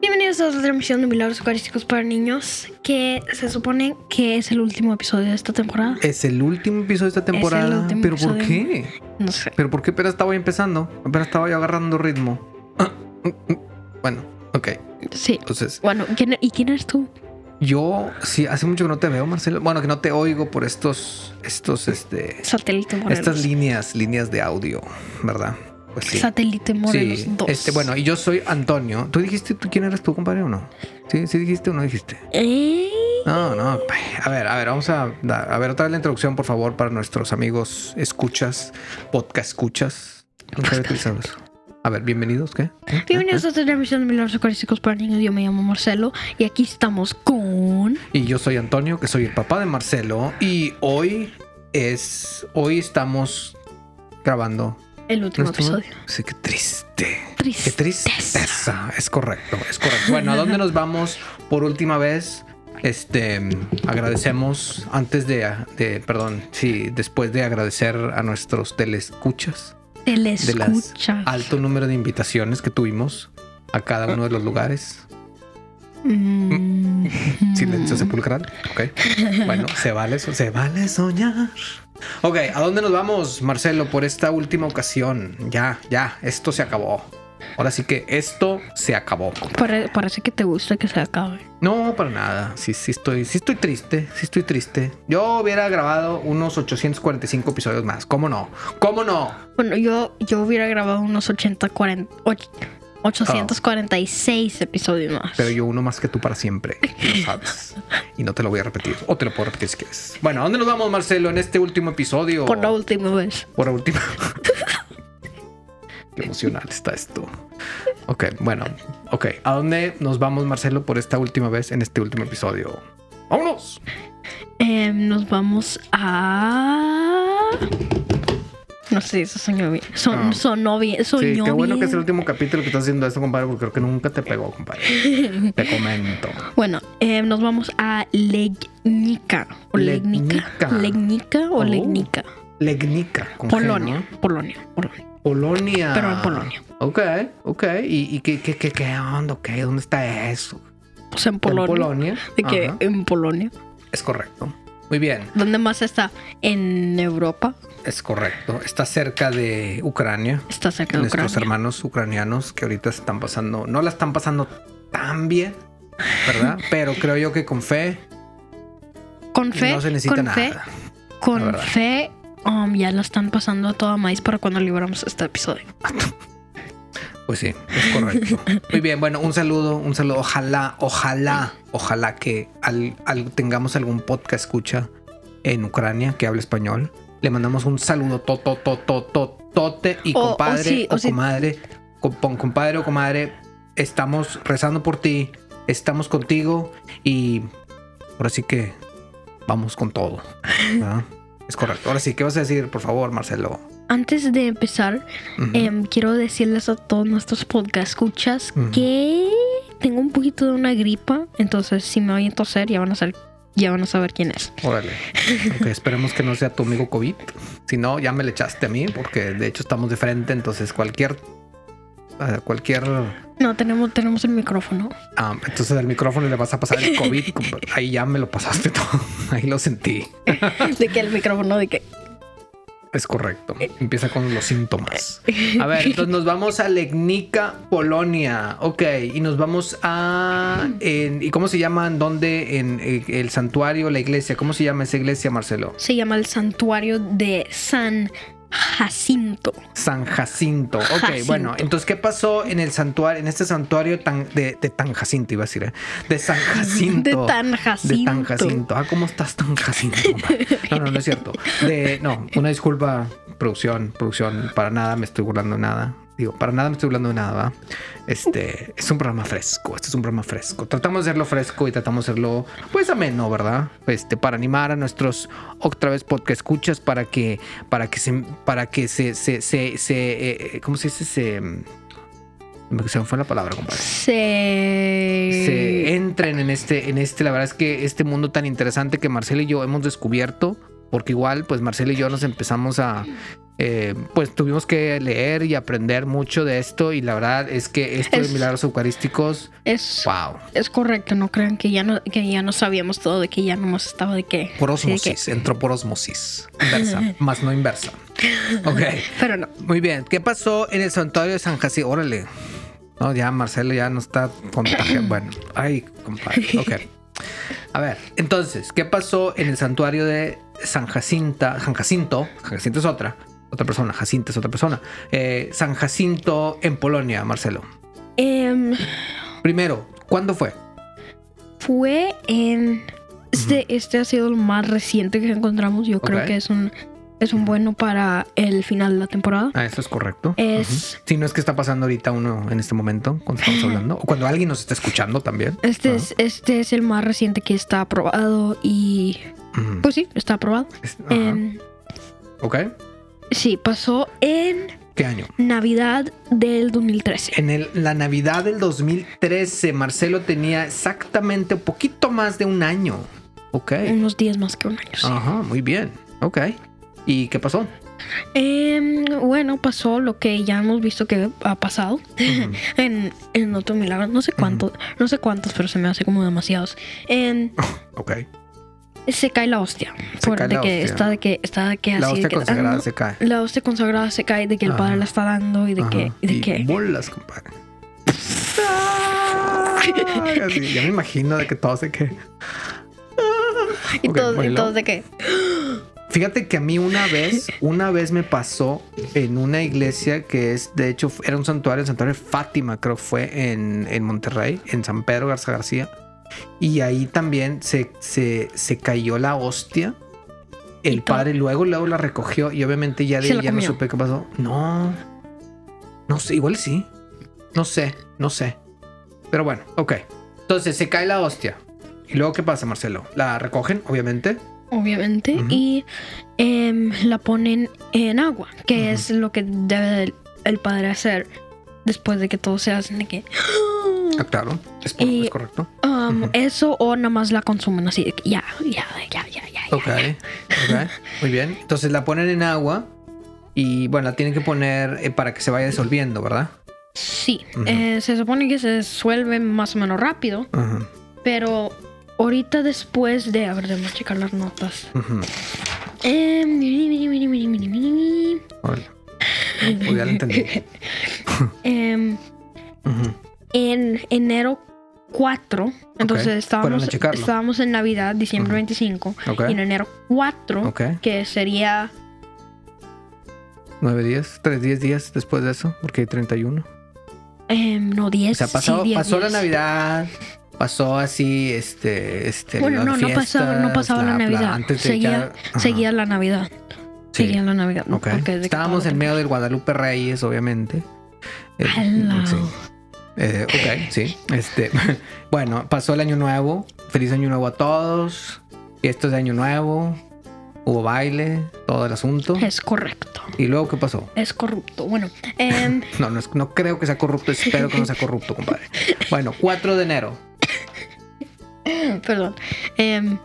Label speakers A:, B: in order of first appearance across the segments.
A: Bienvenidos a otra transmisión de Milagros Eucarísticos para Niños, que se supone que es el último episodio de esta temporada.
B: Es el último episodio de esta temporada.
A: último
B: ¿Pero por
A: episodio.
B: qué?
A: No sé.
B: ¿Pero por qué apenas estaba empezando? Apenas estaba yo agarrando ritmo. Ah, mm, mm. Bueno, ok.
A: Sí.
B: Entonces,
A: Bueno, ¿quién- e-, ¿y quién eres tú?
B: yo sí, hace mucho que no te veo, Marcelo. Bueno, que no te oigo por estos, estos, este,
A: Satélite Morelos.
B: estas líneas, líneas de audio, ¿verdad? Pues sí.
A: Satélite Morelos
B: Sí,
A: 2.
B: este, bueno, y yo soy Antonio. ¿Tú dijiste tú quién eres tú, compadre, o no? ¿Sí, sí dijiste o no dijiste?
A: ¿Eh?
B: No, no. compadre. A ver, a ver, vamos a dar, a ver otra vez la introducción, por favor, para nuestros amigos escuchas, podcast escuchas. Nunca había utilizado eso. A ver, bienvenidos, ¿qué? ¿Eh?
A: Bienvenidos a otra transmisión de Milagros Eucarísticos para Niños. Yo me llamo Marcelo y aquí estamos con.
B: Y yo soy Antonio, que soy el papá de Marcelo, y hoy es, hoy estamos grabando.
A: El último
B: nuestro-
A: episodio.
B: Sí, qué triste. Qué
A: Triste.
B: tristeza. Es correcto, es correcto. Bueno, ¿a dónde nos vamos por última vez? Este, agradecemos antes de, de- perdón, sí, después de agradecer a nuestros telescuchas
A: Te le
B: de las
A: escucha.
B: alto número de invitaciones que tuvimos a cada uno de los lugares.
A: Mm.
B: Silencio sepulcral. Ok. Bueno, se vale, so- se vale soñar. Ok, ¿a dónde nos vamos, Marcelo, por esta última ocasión? Ya, ya, esto se acabó. Ahora sí que esto se acabó.
A: Pare- parece que te gusta que se acabe.
B: No, para nada. Sí, sí estoy, sí estoy triste, sí estoy triste. Yo hubiera grabado unos 845 episodios más. ¿Cómo no? ¿Cómo no?
A: Bueno, yo, yo hubiera grabado unos 80, 40, och- 846 episodios más.
B: Pero yo uno más que tú para siempre. y Lo sabes. Y no te lo voy a repetir. O te lo puedo repetir si quieres. Bueno, ¿a dónde nos vamos, Marcelo, en este último episodio?
A: Por la última vez.
B: Por la última. Qué emocional está esto. Ok, bueno. Ok, ¿a dónde nos vamos, Marcelo, por esta última vez en este último episodio? ¡Vámonos!
A: Em, nos vamos a. No sé, eso soñó bien. Son,
B: Ah.
A: Sonó bien. Soñó
B: Sí, qué bueno que
A: bien.
B: es el último capítulo que estás haciendo esto, compadre, porque creo que nunca te pegó, compadre. Te comento.
A: Bueno, em, nos vamos a Legnica. O Legnica.
B: Legnica.
A: Legnica o
B: Oh.
A: Legnica.
B: Legnica, con G,
A: Polonia,
B: ¿no?
A: Polonia, Polonia.
B: Polonia.
A: Pero en Polonia.
B: Ok, ok. ¿Y, y qué, qué, qué, qué onda? ok? ¿Dónde está eso?
A: O sea, en
B: En
A: Polonia.
B: Polonia.
A: De que
B: Ajá,
A: en Polonia.
B: Es correcto. Muy bien,
A: ¿Dónde más está? En Europa.
B: es correcto. Está cerca de Ucrania.
A: Está cerca de
B: Nuestros
A: Ucrania.
B: hermanos ucranianos que ahorita están pasando, no la están pasando tan bien, ¿verdad? Pero creo yo que con fe,
A: Con fe,
B: no se necesita
A: con
B: nada.
A: fe, con
B: verdad.
A: fe, um, ya la están pasando a toda maíz para cuando libramos este episodio.
B: Pues sí, es correcto. Muy bien, bueno, un saludo, un saludo. Ojalá, ojalá, ojalá que al- al- tengamos algún podcast escucha en Ucrania que hable español. Le mandamos un saludo toto, toto, tote y
A: O- o
B: compadre o,
A: sí, o sí.
B: comadre, com- compadre o comadre, estamos rezando por ti, estamos contigo y ahora sí que vamos con todo. ¿verdad? Es correcto. Ahora sí, ¿qué vas a decir, por favor, Marcelo?
A: Antes de empezar,
B: Ujú.
A: em, quiero decirles a todos nuestros podcast escuchas
B: Ujú.
A: que tengo un poquito de una gripa, entonces si me oyen toser ya van a saber, ya van a saber quién es.
B: Órale. Ok, esperemos que no sea tu amigo COVID. Si no, ya me le echaste a mí, porque de hecho estamos de frente, entonces cualquier. a Cualquier.
A: No, tenemos, tenemos el micrófono.
B: ah, entonces al micrófono le vas a pasar el COVID. compa- Ahí ya me lo pasaste todo. Ahí lo sentí.
A: De que el micrófono, de que
B: Es correcto. Empieza con los síntomas. A ver, entonces nos vamos a Legnica, Polonia. Ok, y nos vamos a. en- ¿Y cómo se llaman? ¿Dónde? En, eh, el santuario, la iglesia. ¿Cómo se llama esa iglesia, Marcelo?
A: se llama el santuario de San Jacinto.
B: San Jacinto. Ok,
A: Jacinto.
B: bueno, entonces, ¿qué pasó en el santuario, en este santuario tan, de, de tan Jacinto, iba a decir, ¿eh? de San Jacinto?
A: De tan Jacinto.
B: De tan Jacinto. Ah, ¿cómo estás tan Jacinto? compadre? No, no, no es cierto. De, no, una disculpa, producción, producción, para nada me estoy burlando de nada. Digo, para nada me estoy burlando de nada, ¿va? Este, es un programa fresco, este es un programa fresco. Tratamos de hacerlo fresco y tratamos de hacerlo, pues, ameno, ¿verdad? Este, para animar a nuestros, otra vez, podcast escuchas, para que, para que se, para que se, se, se, se eh, ¿cómo se dice? Se, mm, se me fue la palabra, compadre se
A: Se...
B: entren en este, en este, la verdad es que este mundo tan interesante que Marcelo y yo hemos descubierto porque igual pues Marcelo y yo nos empezamos a... eh, pues tuvimos que leer y aprender mucho de esto y la verdad es que esto
A: Es-
B: de milagros eucarísticos,
A: Es,
B: wow,
A: es correcto, no crean que ya no, que ya no sabíamos todo, de que ya no hemos estado de que.
B: por
A: sí, de que-
B: osmosis, entró por osmosis, inversa, más no inversa. Ok.
A: pero no.
B: Muy bien, ¿qué pasó en el santuario de San Jacinto? Órale. No, ya Marcelo ya no está contagiado. bueno, ay, compadre. Ok. A ver, entonces, ¿qué pasó en el santuario de San Jacinta? San Jacinto, San Jacinto es otra, otra persona, Jacinta es otra persona. Eh, San Jacinto en Polonia, Marcelo.
A: Em,
B: Primero, ¿cuándo fue?
A: fue en. Este, este ha sido el más reciente que encontramos. Yo creo
B: Ok.
A: que es un, es un bueno para el final de la temporada.
B: Ah, eso es correcto.
A: Es.
B: Si no es que está pasando ahorita uno en este momento, cuando estamos hablando, o cuando alguien nos está escuchando también.
A: Este,
B: Ah.
A: es, este es el más reciente que está aprobado y.
B: Ujú.
A: Pues sí, está aprobado.
B: Es- ajá.
A: En-
B: Ok.
A: sí, pasó en
B: ¿Qué año?
A: Navidad del 2013.
B: En el- la Navidad del 2013, Marcelo tenía exactamente un poquito más de un año. Ok.
A: Unos días más que un año. sí.
B: Ajá, muy bien. Ok. ¿Y qué pasó?
A: Em, bueno, pasó lo que ya hemos visto que ha pasado
B: Ujú.
A: en, en otro milagro. No sé cuántos, no sé cuántos, pero se me hace como demasiados. Em,
B: ok.
A: se cae la hostia.
B: Se
A: por-
B: cae
A: de
B: la
A: que
B: hostia.
A: está de que está de que así
B: La
A: de
B: hostia
A: que,
B: consagrada
A: ah, no,
B: se cae.
A: la hostia consagrada se cae de que el
B: Ajá.
A: padre la está dando y de que
B: Ajá.
A: y de
B: Y
A: que
B: bolas, compadre. Ay, así, ya me imagino de que todo se que.
A: y
B: Ok,
A: todos, y
B: bueno, y luego.
A: todos de que
B: Fíjate que a mí una vez, una vez me pasó en una iglesia que es, de hecho, era un santuario, el santuario de Fátima, creo que fue en, en Monterrey, en San Pedro Garza García. Y ahí también se, se, se cayó la hostia.
A: Y
B: El
A: todo.
B: padre luego, luego la recogió y obviamente ya de
A: Se
B: ahí
A: la
B: ya no
A: comió.
B: supe qué pasó. No, no sé, igual sí. No sé, no sé. Pero bueno, ok. Entonces se cae la hostia. ¿Y luego qué pasa, Marcelo? La recogen, obviamente.
A: obviamente
B: Ujú.
A: y em, la ponen en agua, que
B: Ujú.
A: es lo que debe el, el padre hacer después de que todos se hacen de que
B: Ah, claro, es, por-
A: Y-
B: es correcto.
A: Um,
B: Ujú.
A: Eso o nada más la consumen así. de que Ya, ya, ya, ya, ya. ya.
B: Ok, ok, muy bien. Entonces la ponen en agua y bueno, la tienen que poner eh, para que se vaya disolviendo, ¿verdad?
A: Sí,
B: Ujú.
A: eh, se supone que se disuelve más o menos rápido,
B: Ujú,
A: pero ahorita después de... A ver, déjame checar las notas.
B: ujú.
A: Em, miri, miri, miri, miri, miri, miri, miri.
B: Órale. Pues ya la entendí.
A: Em,
B: Ujú.
A: en enero 4, entonces
B: fueron a
A: estábamos,
B: checarlo.
A: estábamos en Navidad, diciembre
B: Ujú.
A: 25,
B: Ok,
A: y en enero 4,
B: ok.
A: que sería...
B: Nueve días, tres, diez días después de eso, porque hay 31.
A: em, no, 10.
B: O sea, pasó,
A: sí, 10,
B: pasó la
A: 10.
B: Navidad. Pasó así, este, este.
A: Bueno,
B: las
A: no, no pasaba, no
B: fiestas,
A: pasaba la,
B: bla, bla,
A: Navidad.
B: antes de
A: seguía,
B: ya- ajá,
A: seguía la Navidad.
B: sí.
A: Seguía la Navidad.
B: Ok.
A: porque de que
B: Estábamos
A: todo
B: en
A: lo
B: medio del Guadalupe Reyes, obviamente. Eh,
A: que- Ala.
B: sí. Eh, ok, sí. Este, bueno, pasó el año nuevo. Feliz año nuevo a todos. Fiestas de año nuevo. Hubo baile, todo el asunto.
A: Es correcto.
B: ¿Y luego qué pasó?
A: Es corrupto. Bueno, em,
B: No, no, es- no creo que sea corrupto. Espero que no sea corrupto, compadre. Bueno, 4 de enero.
A: perdón. Em,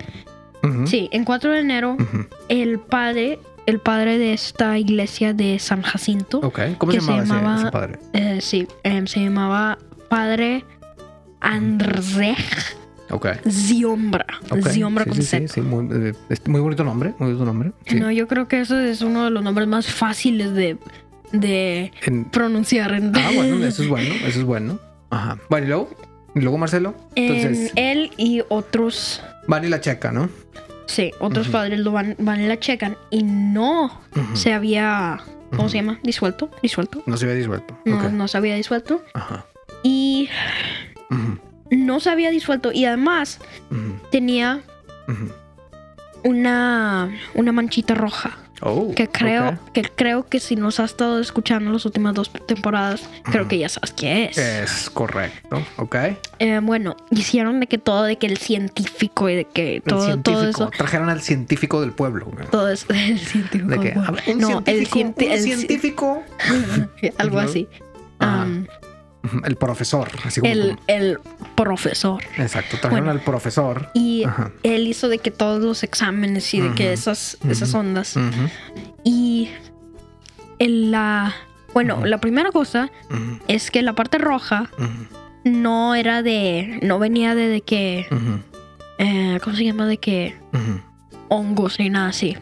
B: Ujú,
A: Sí, en 4 de enero,
B: ujú.
A: el padre, el padre de esta iglesia de San Jacinto,
B: Ok. ¿Cómo se
A: Que se
B: llamaba, ese-
A: llamaba-
B: ese, padre?
A: eh, sí, em, se llamaba Padre Andrzej
B: Ok.
A: Ziombra.
B: ok.
A: Ziombra
B: Sí,
A: con
B: sí,
A: Z.
B: sí, sí, muy, eh, este, muy bonito nombre. Muy bonito nombre. sí.
A: No, yo creo que ese es uno de los nombres más fáciles de, de
B: En-
A: pronunciar. en-
B: ah, bueno, eso es bueno. Eso es bueno. Ajá. Bueno, ¿y luego? ¿Y luego, Marcelo?
A: Em,
B: Entonces,
A: él y otros,
B: van y la checa, ¿no?
A: sí, otros
B: Ujú.
A: padres lo van, van y la checan y no
B: Ujú.
A: se había, ¿cómo
B: Ujú.
A: se llama? Disuelto, disuelto.
B: No se había disuelto.
A: No,
B: Ok.
A: no se había disuelto
B: Ajá.
A: y
B: Ujú,
A: no se había disuelto y además
B: ujú,
A: tenía
B: ujú.
A: una, una manchita roja
B: Oh,
A: que creo
B: ok.
A: que creo que si nos has estado escuchando las últimas dos temporadas creo que ya sabes qué es
B: Es correcto, ok.
A: Eh, bueno hicieron de que todo de que el científico y de que
B: El
A: todo
B: científico.
A: todo eso
B: Trajeron al científico del pueblo. güey.
A: todo eso el científico
B: De que,
A: bueno.
B: a ver, un
A: no el,
B: científico,
A: cienti-
B: un
A: el ci-
B: científico.
A: algo
B: Ujú.
A: así
B: Ajá.
A: Um,
B: El profesor, así como.
A: El, el profesor.
B: Exacto, trajeron
A: Bueno.
B: al profesor.
A: Y
B: Ajá.
A: él hizo de que todos los exámenes y de que
B: Ujú,
A: esas, esas
B: ujú.
A: ondas.
B: Ujú,
A: Y el, la. Bueno,
B: Ujú.
A: la primera cosa
B: ujú,
A: es que la parte roja
B: ujú,
A: no era de. No venía de, de que.
B: ujú,
A: eh, ¿Cómo se llama? De que
B: ujú.
A: hongos ni nada así.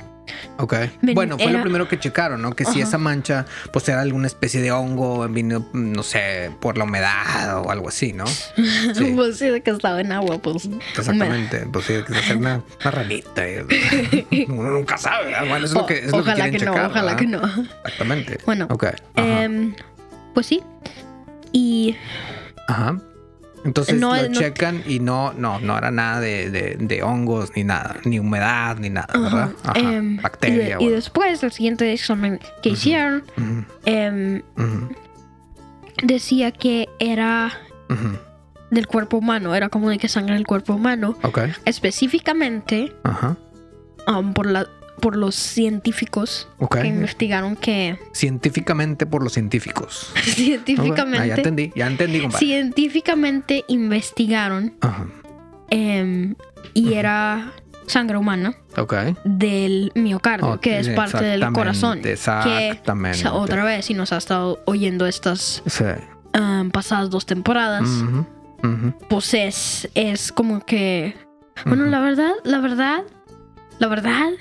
B: Ok.
A: Ven-
B: bueno, fue
A: era-
B: lo primero que checaron, ¿no? Que si
A: Ajá.
B: esa mancha, pues era alguna especie de hongo, vino, no sé, por la humedad o algo así, ¿no? Sí.
A: pues sí, de que estaba en agua, pues.
B: Exactamente. Pues sí, hay que hacer una, una ranita. ¿eh? Uno nunca sabe. ¿verdad? Bueno, es lo
A: O-
B: que es lo que
A: ojalá
B: quieren
A: no,
B: checar,
A: ojalá
B: ¿verdad?
A: que no.
B: Exactamente.
A: Bueno,
B: Ok. Ajá.
A: Em, pues sí. Y
B: Ajá. Entonces
A: no,
B: lo
A: no-
B: checan y no, no, no era nada de, de- de hongos ni nada, ni humedad ni nada,
A: Ajá,
B: ¿verdad? Ajá.
A: em, y de-
B: Bacteria.
A: Y,
B: bueno.
A: después, el siguiente examen que
B: Ujú.
A: hicieron
B: Ujú,
A: em,
B: ujú,
A: decía que era
B: ujú.
A: del cuerpo humano, era como de que sangre del cuerpo humano,
B: Ok.
A: específicamente
B: Ajá.
A: am, por, la, por los científicos
B: Ok.
A: que investigaron que
B: Científicamente por los científicos. Ok. Ah, ya
A: científicamente,
B: entendí, ya entendí, compadre.
A: científicamente investigaron
B: Ajá.
A: em, y
B: Ujú.
A: era sangre humana
B: Ok.
A: del miocardio,
B: Oh,
A: que es parte del
B: exactamente,
A: corazón. Que o
B: Exactamente.
A: sea, otra vez, si nos has estado oyendo estas
B: Sí.
A: am, pasadas dos temporadas,
B: Ujú, ujú,
A: pues es, es como que. Bueno,
B: ujú,
A: la verdad, la verdad, la verdad,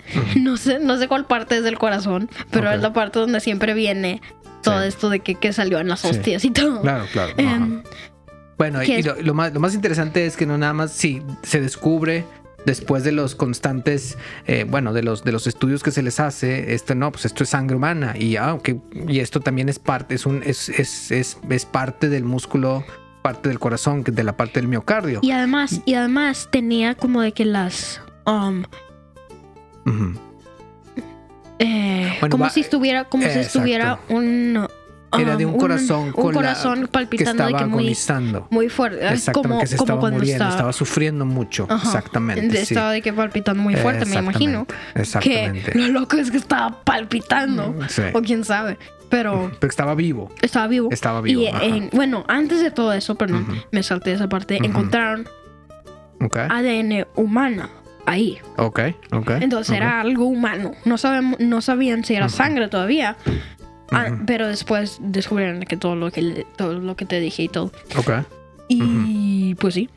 B: ujú.
A: no sé, no sé cuál parte es del corazón, pero
B: Ok.
A: es la parte donde siempre viene todo
B: Sí.
A: esto de que, que salió en las
B: Sí.
A: hostias y todo.
B: Claro, claro. ajá.
A: Em,
B: Bueno, y,
A: que
B: y
A: es-
B: lo, lo más, lo más interesante es que no nada más sí se descubre después de los constantes, eh, bueno, de los, de los estudios que se les hace, esto no, pues esto es sangre humana y, ah, ok, y esto también es parte, es, un, es, es, es, es parte del músculo, parte del corazón, que de la parte del miocardio.
A: y además, y además tenía como de que las. um,
B: Ujú.
A: eh,
B: Bueno,
A: como
B: va-
A: si estuviera, como si
B: exacto.
A: estuviera un. um,
B: Era de un corazón
A: un
B: con la-
A: corazón
B: Que
A: palpitando
B: estaba
A: de que muy,
B: agonizando.
A: muy fuerte. Es
B: Exactamente,
A: como,
B: que se
A: como
B: estaba
A: cuando
B: muriendo,
A: estaba,
B: estaba... sufriendo mucho.
A: Ajá.
B: Exactamente.
A: de-
B: sí.
A: estaba de que palpitando muy fuerte, me imagino. Que
B: Exactamente. Mm,
A: lo loco es que estaba palpitando.
B: exactamente. Sí.
A: O quién sabe. Pero
B: Pero estaba vivo.
A: estaba vivo.
B: Estaba vivo.
A: y
B: ajá.
A: en- bueno, antes de todo eso, perdón,
B: Ujú.
A: me salté esa parte.
B: Ujú. Eh.
A: Encontraron
B: Ok,
A: ADN humana ahí.
B: ok, ok.
A: Entonces
B: Eh, ok.
A: era algo humano. No, sabemos, no sabían si era
B: Ujú.
A: sangre todavía. Ah,
B: Ujú.
A: Pero después descubrieron que todo lo que, le- todo lo que te dije y todo.
B: Ok.
A: Y pues sí.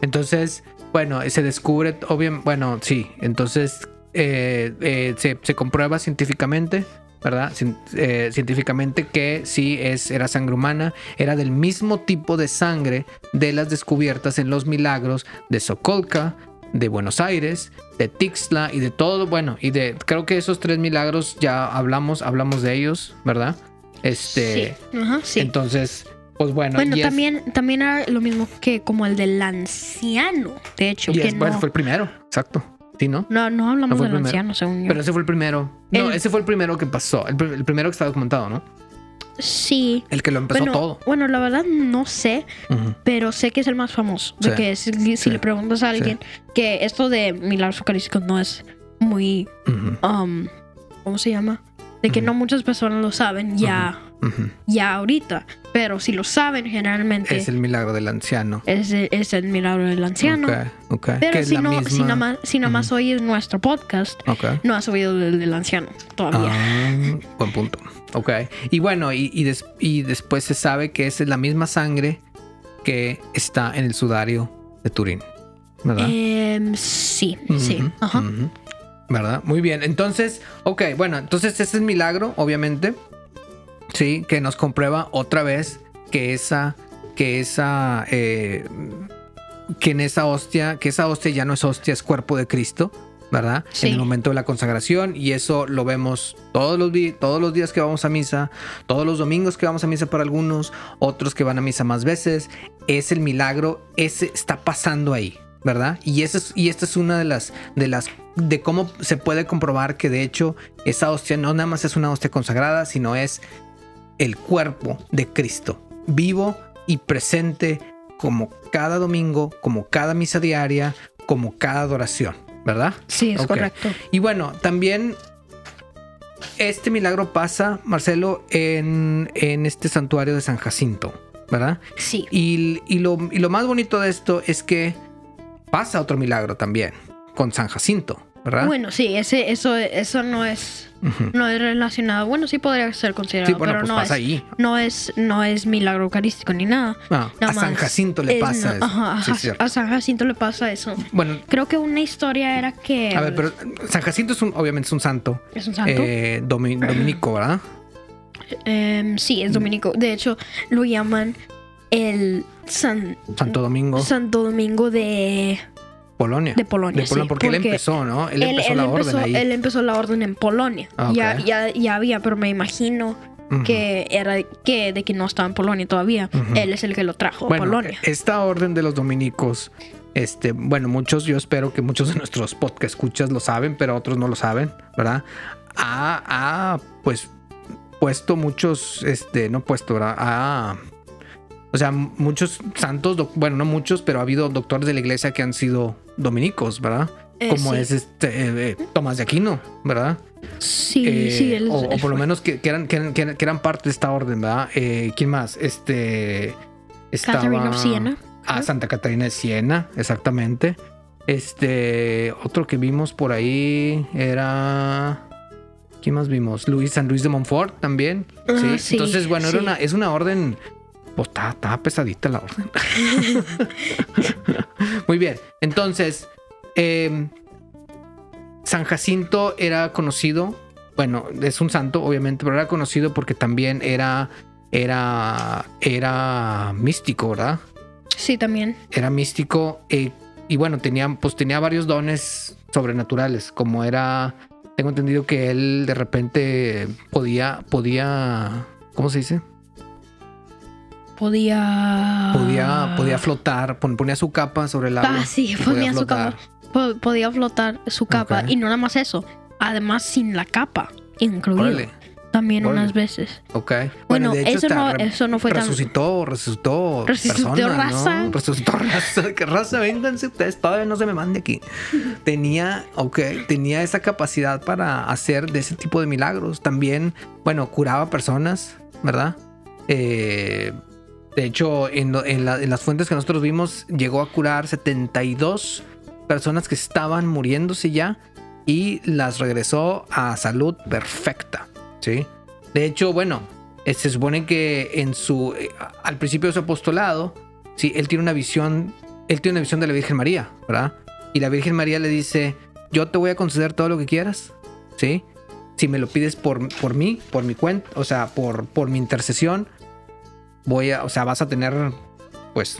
B: Entonces, bueno, se descubre, obviamente, bueno, sí, entonces eh, eh, se, se comprueba científicamente, ¿verdad? Cien- eh, científicamente que sí es, era sangre humana, era del mismo tipo de sangre de las descubiertas en los milagros de Sokolka, de Buenos Aires, de Tixla y de todo, bueno, y de, creo que esos tres milagros ya hablamos, hablamos de ellos, ¿verdad? Este,
A: sí. Ajá, sí.
B: entonces, pues bueno.
A: Bueno,
B: y es-
A: también, también era lo mismo que como el del anciano, de hecho,
B: y
A: que
B: es- bueno,
A: no,
B: fue el primero, exacto. Sí, ¿no?
A: no, no hablamos
B: no fue el
A: del
B: primero.
A: anciano, según yo.
B: Pero ese fue el primero. No,
A: El-
B: ese fue el primero que pasó. El, pr- el primero que está documentado, ¿no?
A: sí.
B: El que lo empezó
A: bueno,
B: todo.
A: bueno, la verdad no sé,
B: Ujú.
A: pero sé que es el más famoso. De
B: Sí,
A: que si, si
B: sí,
A: le preguntas a alguien que esto de milagros eucarísticos no es muy,
B: Ujú,
A: um, ¿cómo se llama? De que
B: Ujú.
A: no muchas personas lo saben ya,
B: ujú.
A: ya ahorita, pero si lo saben generalmente
B: Es
A: es
B: el milagro del anciano.
A: el, es el milagro del anciano.
B: Ok, ok. Que
A: Pero
B: es
A: si
B: la
A: no, si
B: misma-
A: nada más, si nada más oyes nuestro podcast,
B: Ok.
A: no has oído del, del anciano todavía.
B: Ah, buen punto. Ok. Y bueno, y, y des- y después se sabe que esa es la misma sangre que está en el sudario de Turín. ¿Verdad?
A: Em, sí, sí.
B: Ujú,
A: Ajá.
B: ujú. ¿Verdad? Muy bien. Entonces, ok, bueno, entonces ese es milagro, obviamente. Sí, que nos comprueba otra vez que esa, que esa, eh, que en esa hostia, que esa hostia ya no es hostia, es cuerpo de Cristo, ¿verdad?
A: Sí.
B: En el momento de la consagración y eso lo vemos todos los, di- todos los días que vamos a misa, todos los domingos que vamos a misa para algunos, otros que van a misa más veces, es el milagro, ese está pasando ahí, ¿verdad? Y, esa es, y esta es una de las, de las, de cómo se puede comprobar que de hecho esa hostia no nada más es una hostia consagrada, sino es el cuerpo de Cristo, vivo y presente como cada domingo, como cada misa diaria, como cada adoración, ¿verdad?
A: Sí, es
B: Ok.
A: correcto.
B: Y bueno, también este milagro pasa, Marcelo, en, en este santuario de San Jacinto, ¿verdad?
A: Sí.
B: Y, y lo, y lo más bonito de esto es que pasa otro milagro también con San Jacinto, ¿verdad?
A: Bueno, sí, ese, eso, eso no es,
B: Ujú.
A: no es relacionado. Bueno, sí podría ser considerado,
B: Sí, bueno,
A: pero
B: pues
A: no,
B: pasa
A: es,
B: ahí.
A: no es, no es milagro eucarístico ni nada.
B: Ah,
A: Nada
B: a San
A: más.
B: Jacinto le
A: Es
B: pasa
A: na-
B: eso.
A: ajá,
B: Sí,
A: a-
B: es cierto.
A: a San Jacinto le pasa eso.
B: Bueno,
A: Creo que una historia era que
B: a ver, pero San Jacinto es un, obviamente es un santo,
A: es un santo.
B: eh, domi- dominico, ¿verdad?
A: Em, sí,
B: mm.
A: es dominico. De hecho, lo llaman el San,
B: Santo Domingo,
A: Santo Domingo de,
B: Polonia.
A: de Polonia.
B: De Polonia,
A: sí,
B: porque, él empezó, ¿no? Él,
A: él-
B: empezó
A: él
B: la
A: empezó-
B: orden ahí.
A: él empezó la orden en Polonia.
B: Ah, ok.
A: ya, ya, ya había, pero me imagino
B: Ujú.
A: que era que de que no estaba en Polonia todavía.
B: Ujú.
A: Él es el que lo trajo
B: Bueno,
A: a Polonia.
B: esta orden de los dominicos, este, bueno, muchos, yo espero que muchos de nuestros podcast escuchas lo saben, pero otros no lo saben, ¿verdad? Ha, ha, pues, puesto muchos, este, no puesto, ¿verdad? Ha- o sea, muchos santos, doc- bueno, no muchos, pero ha habido doctores de la iglesia que han sido dominicos, ¿verdad?
A: Eh,
B: Como
A: sí.
B: es este eh, eh, Tomás de Aquino, ¿verdad?
A: Sí,
B: Eh,
A: sí, él
B: o, o por lo
A: fue-
B: menos que, que eran, que, eran, que eran- que eran parte de esta orden, ¿verdad? Eh, ¿Quién más? Este. Estaba...
A: Catherine of Siena.
B: Ah, Santa Catarina de Siena, exactamente. Este. Otro que vimos por ahí era. ¿Quién más vimos? Luis San Luis de Montfort también.
A: Ah,
B: sí.
A: sí,
B: Entonces, bueno,
A: sí.
B: era una, es una orden. Pues estaba, estaba pesadita la orden. Muy bien. Entonces, eh, San Jacinto era conocido. Bueno, es un santo, obviamente, pero era conocido porque también era. Era. Era místico, ¿verdad?
A: Sí, también.
B: era místico eh, y bueno, tenía, pues tenía varios dones sobrenaturales, como era, tengo entendido que él de repente podía, podía, ¿cómo se dice?
A: Podía.
B: Podía, podía flotar, pon- ponía su capa sobre el agua.
A: Ah, sí,
B: y
A: ponía su
B: flotar.
A: capa. po- podía flotar su capa.
B: Ok.
A: Y no nada más eso. Además, sin la capa incluido.
B: Órale,
A: También
B: órale.
A: unas veces.
B: ok.
A: Bueno,
B: de hecho,
A: eso,
B: hasta
A: no,
B: re-
A: eso no fue tan.
B: resucitó, resucitó,
A: Resucitó
B: persona,
A: raza.
B: ¿no? Resucitó raza. Que raza, vénganse ustedes, todavía no se me mande aquí. Tenía, ok, tenía esa capacidad para hacer de ese tipo de milagros. También, bueno, curaba personas, ¿verdad? Eh, de hecho, en, lo- en la- en las fuentes que nosotros vimos, llegó a curar 72 personas que estaban muriéndose ya y las regresó a salud perfecta, ¿sí? De hecho, bueno, eh, se supone que en su eh, al principio de su apostolado, sí, él tiene una visión, él tiene una visión de la Virgen María, ¿verdad? Y la Virgen María le dice, "Yo te voy a conceder todo lo que quieras." ¿Sí? Si me lo pides por, por mí, por mi cuenta, o sea, por, por mi intercesión, voy a, o sea, vas a tener, pues,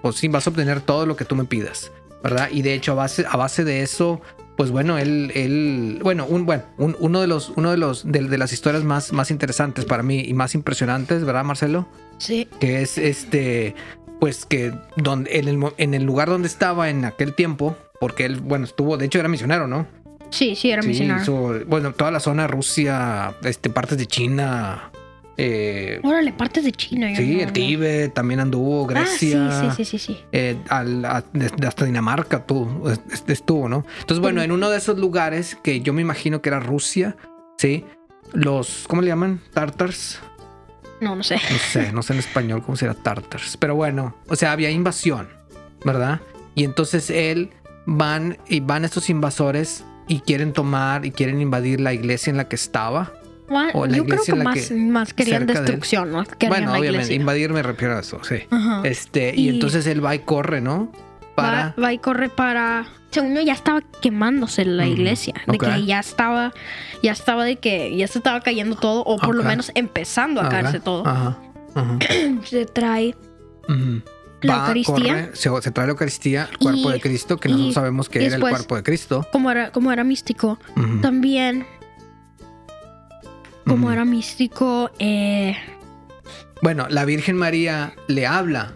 B: pues sí, vas a obtener todo lo que tú me pidas, ¿verdad? Y de hecho, a base, a base de eso, pues bueno, él, él bueno, un, bueno un- uno de los, uno de los, de, de las historias más, más interesantes para mí y más impresionantes, ¿verdad, Marcelo?
A: Sí.
B: Que es este, pues que donde, en, el, mo- en el lugar donde estaba en aquel tiempo, porque él, bueno, estuvo, de hecho era misionero, ¿no?
A: Sí, sí, era
B: Sí,
A: misionero.
B: hizo- bueno, toda la zona Rusia, este, partes de China, eh,
A: Órale, partes de China. yo
B: sí,
A: no-
B: el
A: no.
B: Tíbet, también anduvo,
A: Ah, sí,
B: Grecia.
A: sí, sí, sí, sí.
B: eh, al- a- de- de hasta Dinamarca tú, es- es- estuvo, ¿no? Entonces, bueno, en uno de esos lugares que yo me imagino que era Rusia, ¿sí? Los, ¿cómo le llaman? Tartars.
A: No, no sé.
B: No sé, no sé en español cómo será Tartars. Pero bueno, o sea, había invasión, ¿verdad? Y entonces él van y van estos invasores y quieren tomar y quieren invadir la iglesia en la que estaba.
A: Gua-
B: O la
A: Yo creo
B: iglesia
A: que
B: en la
A: más,
B: que-
A: más querían
B: cerca de él.
A: destrucción, ¿no? Querían
B: bueno,
A: la
B: obviamente,
A: iglesia.
B: invadir me refiero a eso, sí.
A: Ajá.
B: Este, y,
A: Y-
B: entonces él va y corre, ¿no? Para.
A: Va, va y corre para. Según yo, ya estaba quemándose la
B: Ujú,
A: iglesia. De
B: ok.
A: que ya estaba. Ya estaba de que ya se estaba cayendo todo. O por lo
B: Ok. Ah.
A: menos empezando a
B: Ajá,
A: caerse todo.
B: Ajá. ajá.
A: Se trae
B: Ujú.
A: la
B: Va,
A: Eucaristía.
B: corre, se, se trae la Eucaristía, el cuerpo
A: Y-
B: de Cristo, que
A: y
B: nosotros sabemos que era el
A: después-
B: cuerpo de Cristo.
A: Como era, como era místico.
B: Ujú,
A: También, como
B: ujú.
A: era místico. Eh,
B: Bueno, la Virgen María le habla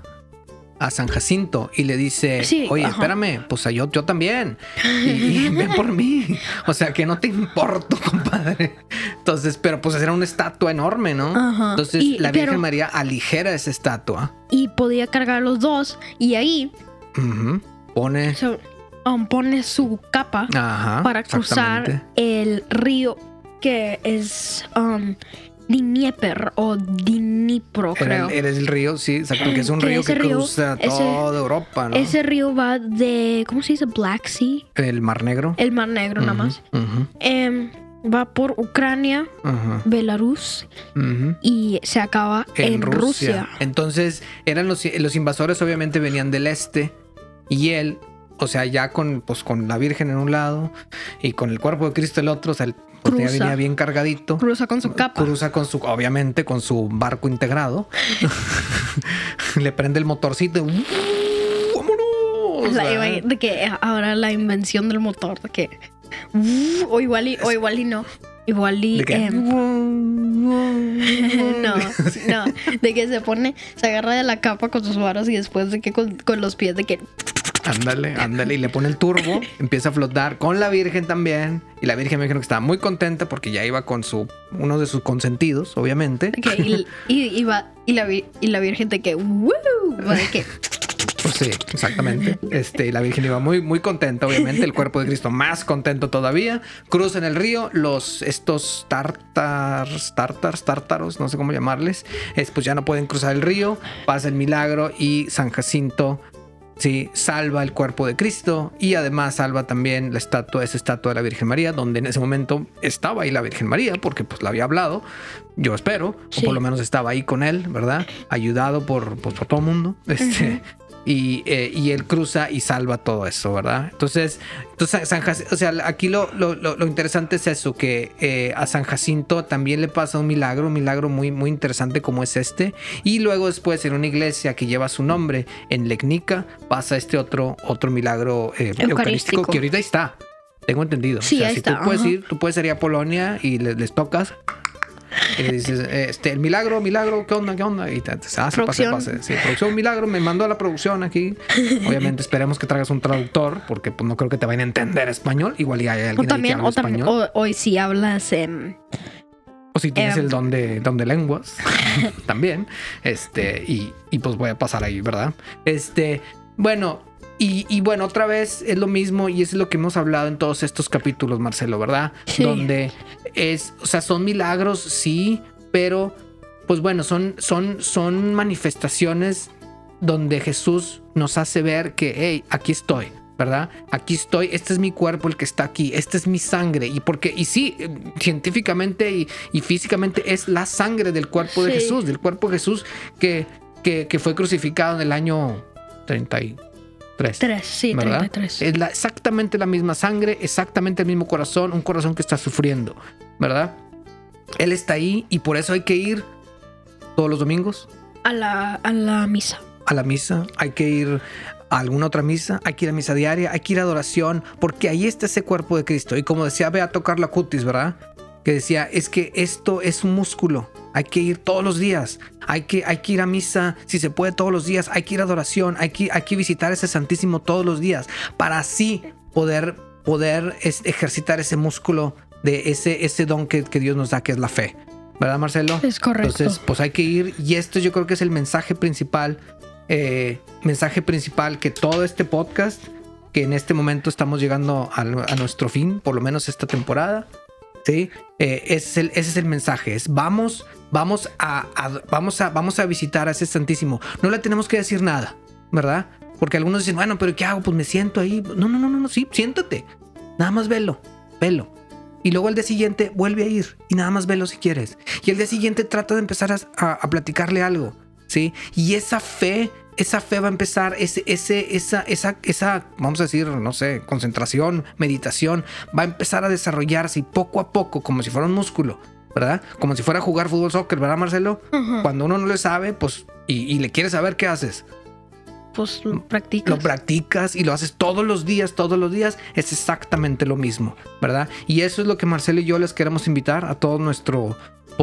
B: a San Jacinto y le dice,
A: Sí,
B: oye,
A: ajá.
B: espérame, pues yo, yo también. Y, y ven por mí. O sea, que no te importo, compadre. Entonces, pero pues era una estatua enorme, ¿no?
A: Ajá.
B: Entonces,
A: Ah, Y-
B: la Virgen
A: pero-
B: María aligera esa estatua.
A: y podía cargar los dos. Y ahí
B: Ujú. Pone...
A: se- um, pone su capa
B: Ajá.
A: para
B: Ah, exactamente.
A: cruzar el río que es. um, Dnieper o Dnipro,
B: Era,
A: creo.
B: el- era el río, sí, exacto, que es un
A: Que
B: río
A: ese
B: que
A: río-
B: cruza
A: ese-
B: toda Europa, ¿no?
A: Ese río va de. ¿Cómo se dice? Black Sea.
B: El Mar Negro.
A: El Mar Negro, nada más.
B: Ujú,
A: Em, va por Ucrania,
B: ujú, ujú,
A: Belarus
B: ujú.
A: y se acaba en, Rusia.
B: Entonces, eran los, los invasores obviamente venían del este y él, o sea, ya con, pues, con la Virgen en un lado y con el cuerpo de Cristo el otro, o sea, el, pues, ya
A: Cruza.
B: venía bien cargadito.
A: Cruza con su capa.
B: Cruza con su, obviamente, con su barco integrado. Le prende el motorcito. ¡uh! ¡Vámonos!
A: La-
B: ¿verdad?
A: de que ahora la invención del motor, de que. "Uh", o, igual y, o igual y no. Igual y.
B: ¿De qué?
A: em, no, no. De que se pone, se agarra de la capa con sus varas y después de que con, con los pies, de que.
B: Ándale, ándale. Y le pone el turbo, empieza a flotar con la Virgen también. Y la Virgen me dijeron que estaba muy contenta porque ya iba con su uno de sus consentidos, obviamente.
A: de que- y, y- y va, y, la, vi- y la virgen de que. "Woo", va de que.
B: Pues sí, exactamente. Este, y la Virgen iba muy, muy contenta, obviamente. El cuerpo de Cristo más contento todavía. Cruzan el río, los estos tártars, tártars, tártaros, no sé cómo llamarles, es, pues ya no pueden cruzar el río. Pasa el milagro y San Jacinto. Sí, salva el cuerpo de Cristo y además salva también la estatua, esa estatua de la Virgen María, donde en ese momento estaba ahí la Virgen María, porque pues la había hablado, yo espero,
A: Sí.
B: o por lo menos estaba ahí con él, ¿verdad? Ayudado por, pues, por todo el mundo. Este, y, eh, y él cruza y salva todo eso, ¿verdad? Entonces, entonces San Jac- o sea, aquí lo, lo- lo- lo interesante es eso, que eh, a San Jacinto también le pasa un milagro, un milagro muy, muy interesante como es este, y luego después en una iglesia que lleva su nombre, en Legnica, pasa este otro, otro milagro eh, eucarístico.
A: Eucarístico.
B: que ahorita está. Tengo entendido.
A: Sí,
B: o sea,
A: ahí
B: si
A: está,
B: tú puedes
A: ajá.
B: ir, tú puedes ir a Polonia y le- les, tocas. Y le dices, este, el milagro, milagro, ¿qué onda, qué onda? Y te, te ah, se pase,
A: Producción.
B: pase. Sí, producción milagro, me mandó a la producción aquí. Obviamente esperemos que traigas un traductor, porque pues, no creo que te vayan a entender español. Igual y hay alguien
A: O
B: ahí que
A: también,
B: habla
A: o también,
B: español. O,
A: o, o si hablas. em,
B: si tienes
A: em,
B: el don de, don de lenguas, también. Este, y, y, pues voy a pasar ahí, ¿verdad? Este, bueno, y, y bueno, otra vez es lo mismo, y es lo que hemos hablado en todos estos capítulos, Marcelo, ¿verdad?
A: Sí.
B: Donde es, o sea, son milagros, sí, pero pues bueno, son, son, son manifestaciones donde Jesús nos hace ver que, hey, aquí estoy, ¿verdad? Aquí estoy, este es mi cuerpo el que está aquí, esta es mi sangre. Y porque, y sí, eh, científicamente y, y físicamente es la sangre del cuerpo de
A: Sí.
B: Jesús, del cuerpo de Jesús que, que, que fue crucificado en el año 33.
A: tres, sí,
B: ¿verdad?
A: 33.
B: Es la- exactamente la misma sangre, exactamente el mismo corazón, un corazón que está sufriendo, ¿verdad? Él está ahí y por eso hay que ir todos los domingos
A: a, la, a la misa.
B: a la misa, hay que ir a alguna otra misa, hay que ir a misa diaria, hay que ir a adoración, porque ahí está ese cuerpo de Cristo. Y como decía Beato Carla Cutis, ¿verdad? Que decía, es que esto es un músculo, hay que ir todos los días, hay que, hay que ir a misa, si se puede todos los días, hay que ir a adoración, hay que, hay que visitar ese Santísimo todos los días, para así poder, poder es- ejercitar ese músculo de ese, ese don que, que Dios nos da, que es la fe. ¿Verdad, Marcelo?
A: Es correcto.
B: Entonces, pues hay que ir. Y esto yo creo que es el mensaje principal. eh, mensaje principal que todo este podcast, que en este momento estamos llegando al- a, nuestro fin, por lo menos esta temporada. Sí, Eh, ese, es el, ese es el mensaje. Es vamos, vamos a, a- vamos a, vamos a visitar a ese Santísimo. No le tenemos que decir nada, ¿verdad? Porque algunos dicen, bueno, pero ¿qué hago? Pues me siento ahí. No, no, no, no, no, sí, siéntate. Nada más velo, velo. Y luego al día siguiente vuelve a ir y nada más velo si quieres. Y al día siguiente trata de empezar a, a- a platicarle algo, ¿sí? Y esa fe, esa fe va a empezar, ese, ese, esa, esa, esa, vamos a decir, no sé, concentración, meditación, va a empezar a desarrollarse y poco a poco, como si fuera un músculo, ¿verdad? Como si fuera a jugar fútbol soccer, ¿verdad, Marcelo?
A: Ajá.
B: Cuando uno no le sabe, pues, y, y le quiere saber qué haces
A: Pues lo practicas.
B: lo practicas y lo haces todos los días, todos los días, es exactamente lo mismo, ¿verdad? Y eso es lo que Marcelo y yo les queremos invitar a todos nuestros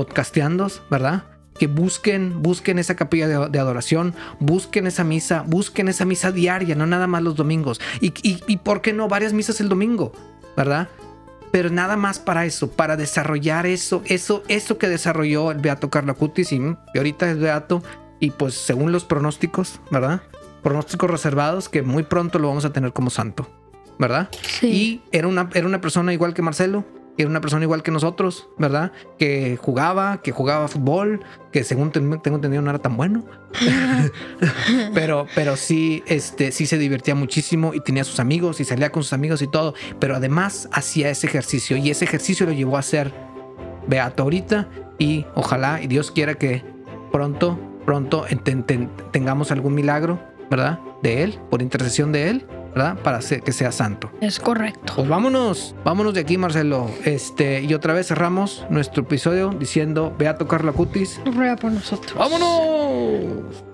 B: podcasteandos, ¿verdad? Que busquen, busquen esa capilla de, de adoración, busquen esa misa, busquen esa misa diaria, no nada más los domingos. Y, y, y por qué no varias misas el domingo, ¿verdad? Pero nada más para eso, para desarrollar eso, eso, eso que desarrolló el Beato Carlo Acutis y, mm, y ahorita es Beato. Y pues según los pronósticos, ¿verdad? pronósticos reservados que muy pronto lo vamos a tener como santo, ¿verdad?
A: Sí.
B: Y era una, era una persona igual que Marcelo, era una persona igual que nosotros, ¿verdad? Que jugaba, que jugaba fútbol, que según ten- tengo entendido no era tan bueno, pero, pero sí, este, sí se divertía muchísimo y tenía sus amigos y salía con sus amigos y todo, pero además hacía ese ejercicio y ese ejercicio lo llevó a ser beato ahorita y ojalá y Dios quiera que pronto, pronto enten- ten- tengamos algún milagro, ¿verdad? De él, por intercesión de él, ¿verdad? Para ser- que sea santo.
A: Es correcto.
B: Pues vámonos, vámonos de aquí, Marcelo. Este, y otra vez cerramos nuestro episodio diciendo Beato Carla Cutis.
A: Ruega por nosotros.
B: ¡Vámonos!